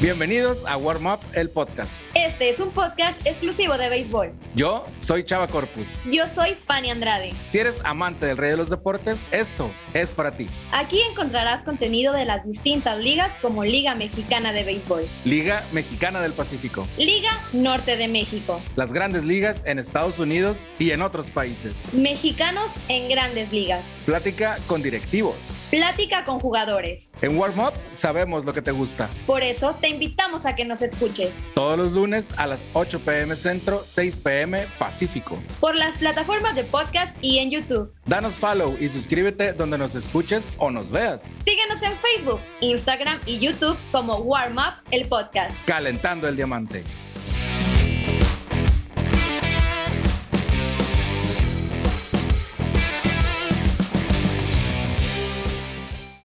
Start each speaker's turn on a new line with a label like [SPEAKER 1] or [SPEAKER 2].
[SPEAKER 1] Bienvenidos a Warm Up, el podcast.
[SPEAKER 2] Este es un podcast exclusivo de béisbol.
[SPEAKER 1] Yo soy Chava Corpus.
[SPEAKER 2] Yo soy Fanny Andrade.
[SPEAKER 1] Si eres amante del rey de los deportes, esto es para ti.
[SPEAKER 2] Aquí encontrarás contenido de las distintas ligas como Liga Mexicana de Béisbol,
[SPEAKER 1] Liga Mexicana del Pacífico,
[SPEAKER 2] Liga Norte de México,
[SPEAKER 1] las grandes ligas en Estados Unidos y en otros países,
[SPEAKER 2] Mexicanos en Grandes Ligas,
[SPEAKER 1] plática con directivos,
[SPEAKER 2] Plática con jugadores.
[SPEAKER 1] En Warm Up sabemos lo que te gusta.
[SPEAKER 2] Por eso te invitamos a que nos escuches
[SPEAKER 1] Todos los lunes a las 8 pm Centro, 6 pm Pacífico.
[SPEAKER 2] por las plataformas de podcast y en YouTube.
[SPEAKER 1] Danos follow y suscríbete donde nos escuches o nos veas.
[SPEAKER 2] Síguenos en Facebook, Instagram y YouTube como Warm Up el Podcast.
[SPEAKER 1] Calentando el diamante.